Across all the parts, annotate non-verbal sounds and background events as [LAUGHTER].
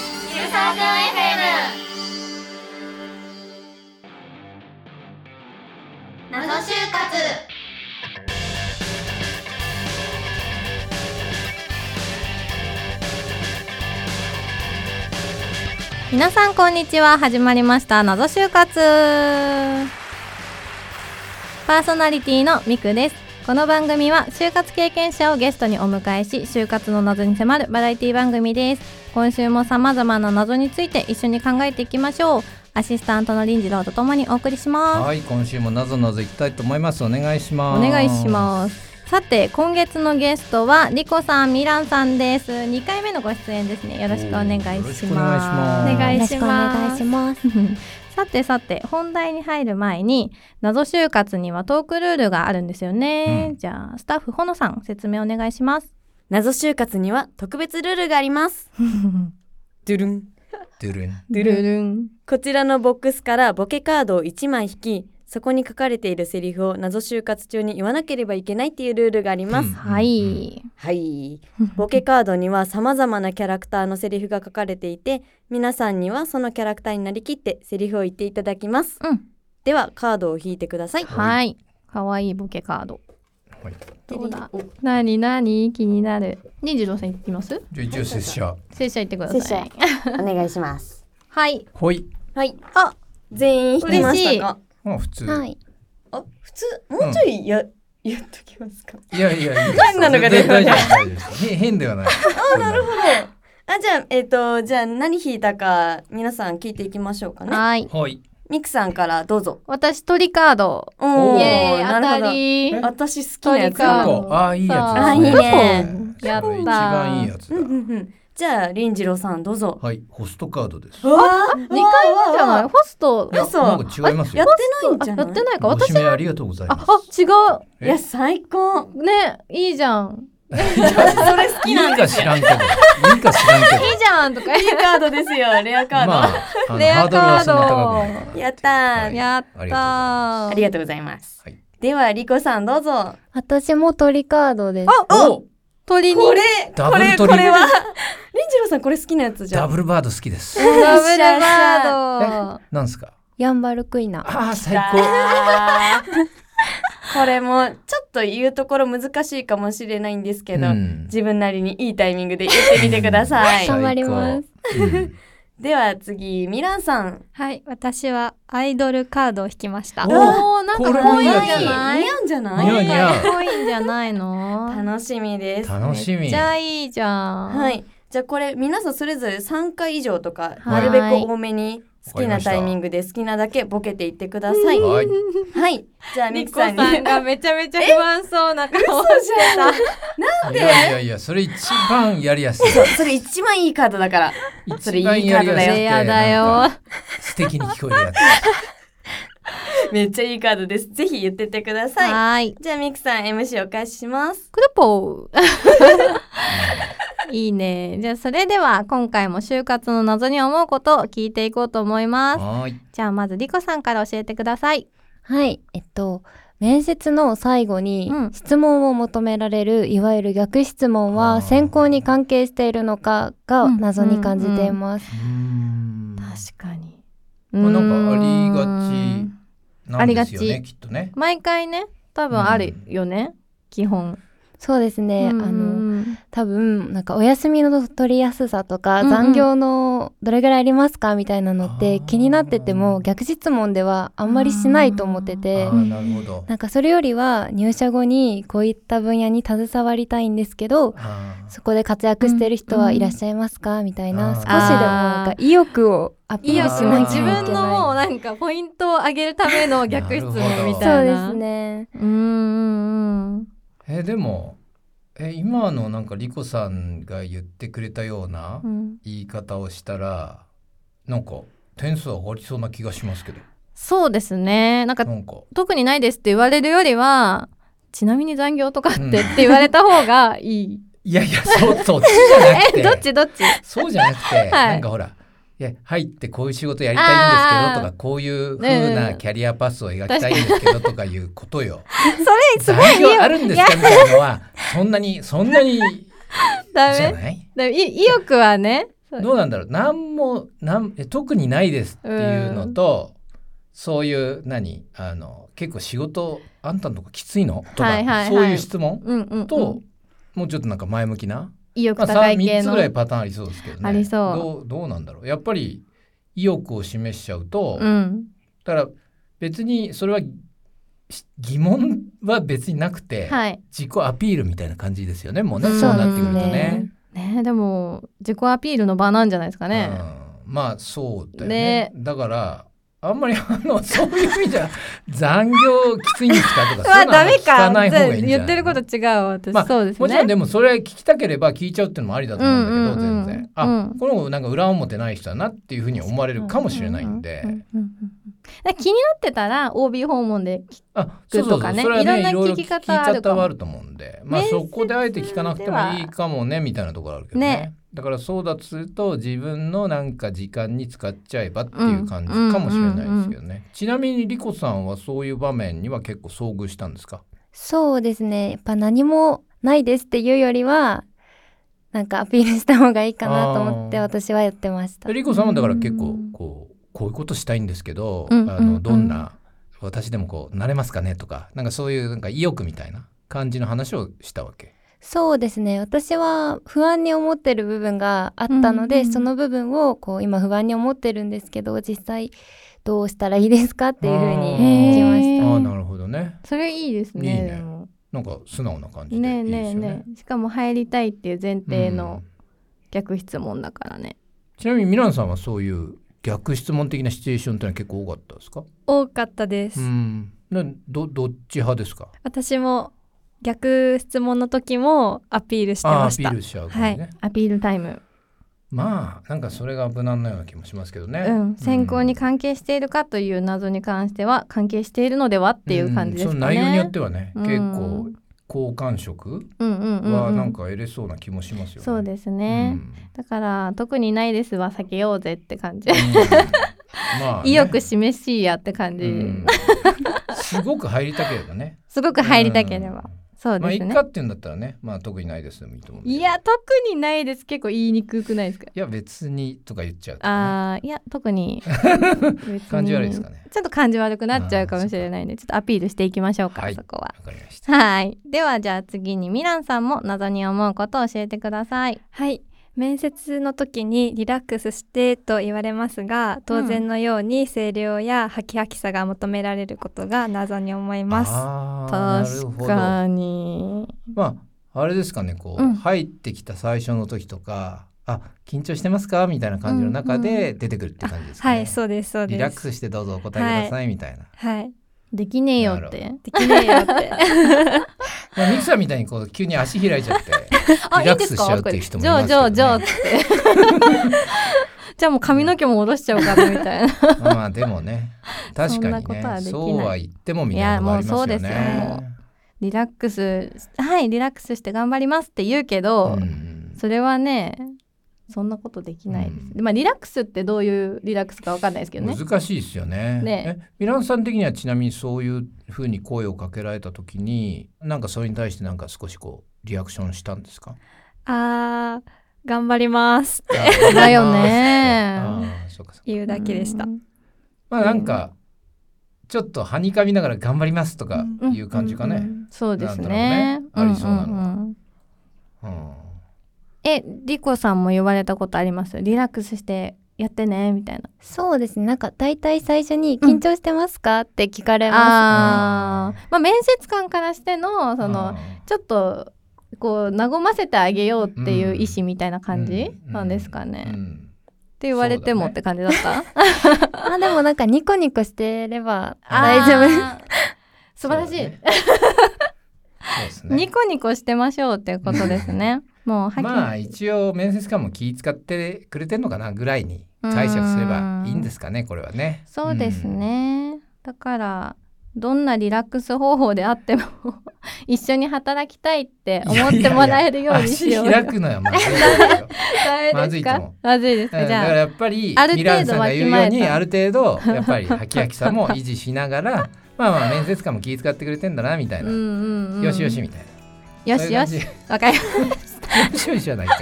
ークン FM 謎就活皆さんこんにちは始まりました謎就活パーソナリティのみくですこの番組は就活経験者をゲストにお迎えし就活の謎に迫るバラエティ番組です今週も様々な謎について一緒に考えていきましょうアシスタントの林次郎とともにお送りしますはい、今週もなぞなぞいきたいと思います。お願いしおます。願いしますさて今月のゲストはリコさんミランさんです2回目のご出演ですねよろしくお願いしますよろしくお願いしますお願いしますよろしくお願いします。さてさて本題に入る前に謎就活にはトークルールがあるんですよね、うじゃあスタッフほのさん説明お願いし [LAUGHS] ます謎就活には特別ルールがあります。ドゥルン。ドゥルン。ドゥルン。こちらのボックスからボケカードを1枚引き、そこに書かれているセリフを謎就活中に言わなければいけないっていうルールがあります。うんはい、はい。ボケカードには様々なキャラクターのセリフが書かれていて、皆さんにはそのキャラクターになりきってセリフを言っていただきます。うん、ではカードを引いてください。はいかわいいボケカードはい。どうだおなになに気になるにじろうさんいきますじゃあ一応拙者。拙者言ってくださいお願いします。 [LAUGHS] はいほい。はい。あ、全員引きま嬉ししいたか。まあ普通。、はいいあ、普通、もうちょいや、言っときますか。やいやいや。変なのが出全然てこな大い丈夫大丈夫です。へ変ではない。あなるほあ、じゃあ、えっ、と、じゃあ、何引いたか、皆さん聞いていきましょうかね。はいほい。ミクさんからどうぞ。私鳥カードおおイーエーイな当たるりほど。私好きなやつあなだん鳥かああいいやああ、ついいですね。ね。やったこれ一番いいやつうんうだ。んうん。じゃあ、林次郎さん、どうぞ。はい、ホストカードです。わあ、二二回目じゃないホスト嘘なんか違いますやよっ。てないんあじやゃっないてないかご私指名ありがとうございあまあ違うえいや、最高。ねいいじゃんそれ好す。きいいなんでか知らんけど。いいか知らんけいいじゃんとかす。レアカードですよ、レアカード。まあ、あのレハアカードルはーそドんな高くないから。やったはー。いやったありーありがとうございます。はいでは、リコさん、どうぞ。私も鳥カードですお、鳥にこれ、ダブこルれ、こトリ [LAUGHS] れは。林次郎さん、これ好きなやつじゃダん。ブルバード好きです。ダブルバードなんですか。ヤンバルクイナああ最高。あーこれもちょっと言うところ難しいかもしれないんですけど、うん自分なりにいいタイミングで言ってみてください。頑張ります最高。うんでは次ミランさん。はい私はアイドルカードを引きましたおおーなんかこれ可も愛いいいんじやつゃない似合うんじゃない？似合う似合う可愛いんじゃないの楽しみです。楽しめみ。っちゃいいじゃんはい。じゃあこれ皆さんそれぞれ3回以上とか、はいなるべく多めに好きなタイミングで好きなだけボケていってください。はい。はい。じゃあミニクコささんんに。がめちゃめちゃ不安そうな顔をしてたいやいやいや、それ一番やりやすい。 [LAUGHS] そうそれ一番いいカードだから。それ一いい番やりやすい。レアだよなんか。素敵に聞こえるやつ。めっちゃいいカードです。ぜひ言ってってください。はーいじゃあミクさん MC お返しします。クルポー [LAUGHS] いいねじゃあそれでは今回も就活の謎に思うことを聞いていこうと思いますはい。じゃあまずリコさんから教えてくださいはいえっと面接の最後にうん質問を求められる、いわゆる逆質問あーは選考に関係しているのかがうん謎に感じています、うーん。かにまあなんかありがちなあんりでがすよね、ちきっとね。毎回ね多分あるよね、基本、そうですね、うんあのうん多分なんかお休みの取りやすさとか、うんうん残業のどれぐらいありますかみたいなのっあてー気になってても逆質問ではあんまりしないと思ってあてあ。ー、なるほど。なんかそれよりは入社後にこういった分野に携わりたいんですけどあーそこで活躍してる人はいらっしゃいますかみたいあーな少しでもなんか意欲をアピいいよールししもうなき自ゃい分けのもうないなんかポイントを上げるための逆質問みそたういでなすねうんうんうんえ、でも、え、今のなんかリコさんが言ってくれたようなうん言い方をしたら、なんか点数上がりそうな気がしますけど。そうですねなんかなんか。特にないですって言われるよりはちなみに残業とかってうっんて言われた方がいい、いやいや、そう、そう、そうじゃなくて。え [LAUGHS] どっちどっちそうじゃなくて、なんかほら、いや、入ってこういう仕事やりたいんですけあどーとか、こういう風なキャリアパスを描きたいんですけどとかいうこと [LAUGHS] よ。それすごい残業あるんですかみたいなのは、そんなに、そんなに、じダゃメないだい意欲はねそうどうなんだろう何もなんえ特にないですっていうのと、そういう何あの結構仕事あんたのとこきついのとか、はいはいはいそういう質問うんうんうんと、もうちょっとなんか前向きな、意欲まあ、高 3, い系3つのぐらいパターンありそうですけどねありそうどうどうなんだろうやっぱり意欲を示しちゃうと、うんだから別にそれはし疑問は別になくて、はい自己アピールみたいな感じですよねもうねうんそうなってくるとそうですねね。ねでも自己アピールの場なんじゃないですかね、うん、まあそうだよねだからあんまり [LAUGHS] あのそういう意味じゃ残業きついんですか [LAUGHS] うとかわそういうのダはメ聞かかない方がいいんじ言ゃないってること違うわ私、まあそうですねもちろんでもそれ聞きたければ聞いちゃうっていうのもありだと思うんだけど、うんうんうん全然うあんこの子なんか裏表ない人だなっていうふうに思われるかもしれないんで、うううんうんだから気になってたら OB 訪問であそうそうとそかうねそれはねいいろんろない聞ろ聞きき方はあるか方もはあると思うんでまあ面接そこであえて聞かなくてもいいかもねみたいなところあるけどねねだからそうだとすると自分のなんか時間に使っちゃえばっていう感じかもしれないですけどね、ちなみにリコさんはそういう場面には結構遭遇したんですかそうですね。やっぱ何もないですっていうよりは、なんかアピールした方がいいかなと思ってあー私はやってました。リコさんはだから結う構んこうこういうことしたいんですけど、うんあうんうのんどんな私でもこうなれますかねとかなんかそういうなんか意欲みたいな感じの話をしたわけ。そうですね。私は不安に思ってる部分があったので、うんうんその部分をこう今不安に思ってるんですけど、実際どうしたらいいですかっていうふうに聞きまへしーた。ああなるほどね。それいいですねいいねでもなんか素直な感じでねいえいねですえよね。ねえしかも入りたいっていう前提うのん逆質問だからね、ちなみにミランさんはそういう逆質問的なシチュエーションってのは結構多かったですか？多かったです、うん。などどっち派ですか？私も逆質問の時もアピールしてああまアしピたールしちゃうは感いじね。アピールタイムまあなんかそれが無難なような気もしますけどね。うん選考に関係しているかという謎に関しては関係しているのではっていう感じですうんそかの内容によっねてはね、うん結構好感触うんうんうんうんはなんか得れそうな気もしますよね。そうですすね、だから特にないですは避けようぜって感じ、まあ [LAUGHS] ね、意欲示しいやって感じ、うんすごく入りたければね。 [LAUGHS] すごく入りたければ、そううん。まあで一すね、家っていうんだったらね、まあ特にないですでもいいと思うんだけどいや特にないです結構言いにくくないですかいや別にとか言っちゃうとね、あーいや特 [LAUGHS] に感じ悪いですかかね。ちょっと感じ悪くなっちゃうかもしれないん [LAUGHS] でちょっとアピールしていきましょうか、はいそこはわかりました。はいではじゃあ次にミランさんも謎に思うことを教えてくださいはい面接の時にリラックスしてと言われますが当然のように声量やハキハキさが求められることが謎に思いますあー確かにまああれですかねこう、うん入ってきた最初の時とかあ緊張してますかみたいな感じの中で出てくるって感じですかね。はいそうですそうですリラックスしてどうぞお答えくださいみたいな。はいできねえよなっるてできねえよって [LAUGHS] まあミキさんみたいにこう急に足開いち [LAUGHS] ゃってあリラックスしちゃうっていう人もいますけじゃどあじゃあじゃあっね。て [LAUGHS] じゃあもう髪の毛も下ろしちゃおうかなみたいなまあでもね確かそんなにことはねできないそうは言ってもみたいなのがありますよいやもうそうですよね。リラックスはいリラックスして頑張りますって言うけど、んそれはねそんなことできないです、うまあリラックスってどういうリラックスかわかんないですけどね難しいですよねねえミランさん的にはちなみにそういうふうに声をかけられた時になんかそれに対してなんか少しこうリアクションしたんですかあー頑張りますって [LAUGHS] だよねあーそうかそうか言うだけでした、うんまあなんかちょっとはにかみながら頑張りますとかいう感じかね、ううんうんんそうですなねんとなくねありそうなのはんんんえリコさんも呼ばれたことありますリラックスしてやってねみたいなそうですね。なんか大体最初に緊張してますか、って聞かれます。あーまあ面接官からしてのその、うんちょっとこう和ませてあげようっていう意思みたいな感じうなんですかね、うってん言われてもそうだっねて感じだ [LAUGHS] った、まあでもなんかニコニコしてればあー大 [LAUGHS] 丈夫。夫素晴らしい、そうです [LAUGHS] ねニコニコしてましょうっていうことです [LAUGHS] ねもうはっきり、まあ一応面接官も気使ってくれてんのかなぐらいに解釈すればいいんですかねこれはね。そうですね、だからどんなリラックス方法であっても [LAUGHS] 一緒に働きたいってうん。思ってもらえるようにしよう [LAUGHS] いよ [LAUGHS] やいやいや足開くのはまずいですよ。ダメですか [LAUGHS] まずいですうかんじだからゃあやっぱりある程度ミランさんが言うようわきまえにたある程度やっぱりハキハキさも維持しながら [LAUGHS] まあまあ面接官も気遣ってくれてんだなみたいな、うんうんうんよしよしみたいなよしよそういしうわかりまし [LAUGHS] 感じよしよしじゃないかわ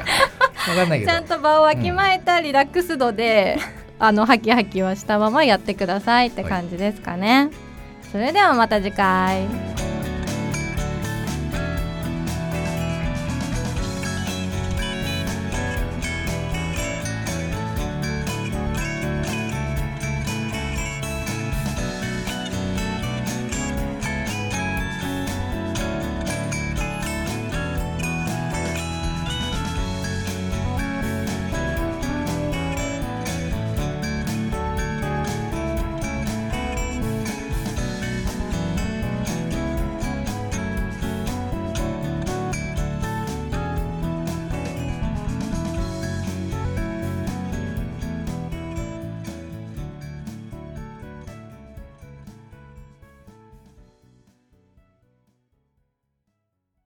かんないけちどゃんと場をわきまえたリラックス度で、あのハキハキはしたままやってくださいって感じですかね。それではまた次回。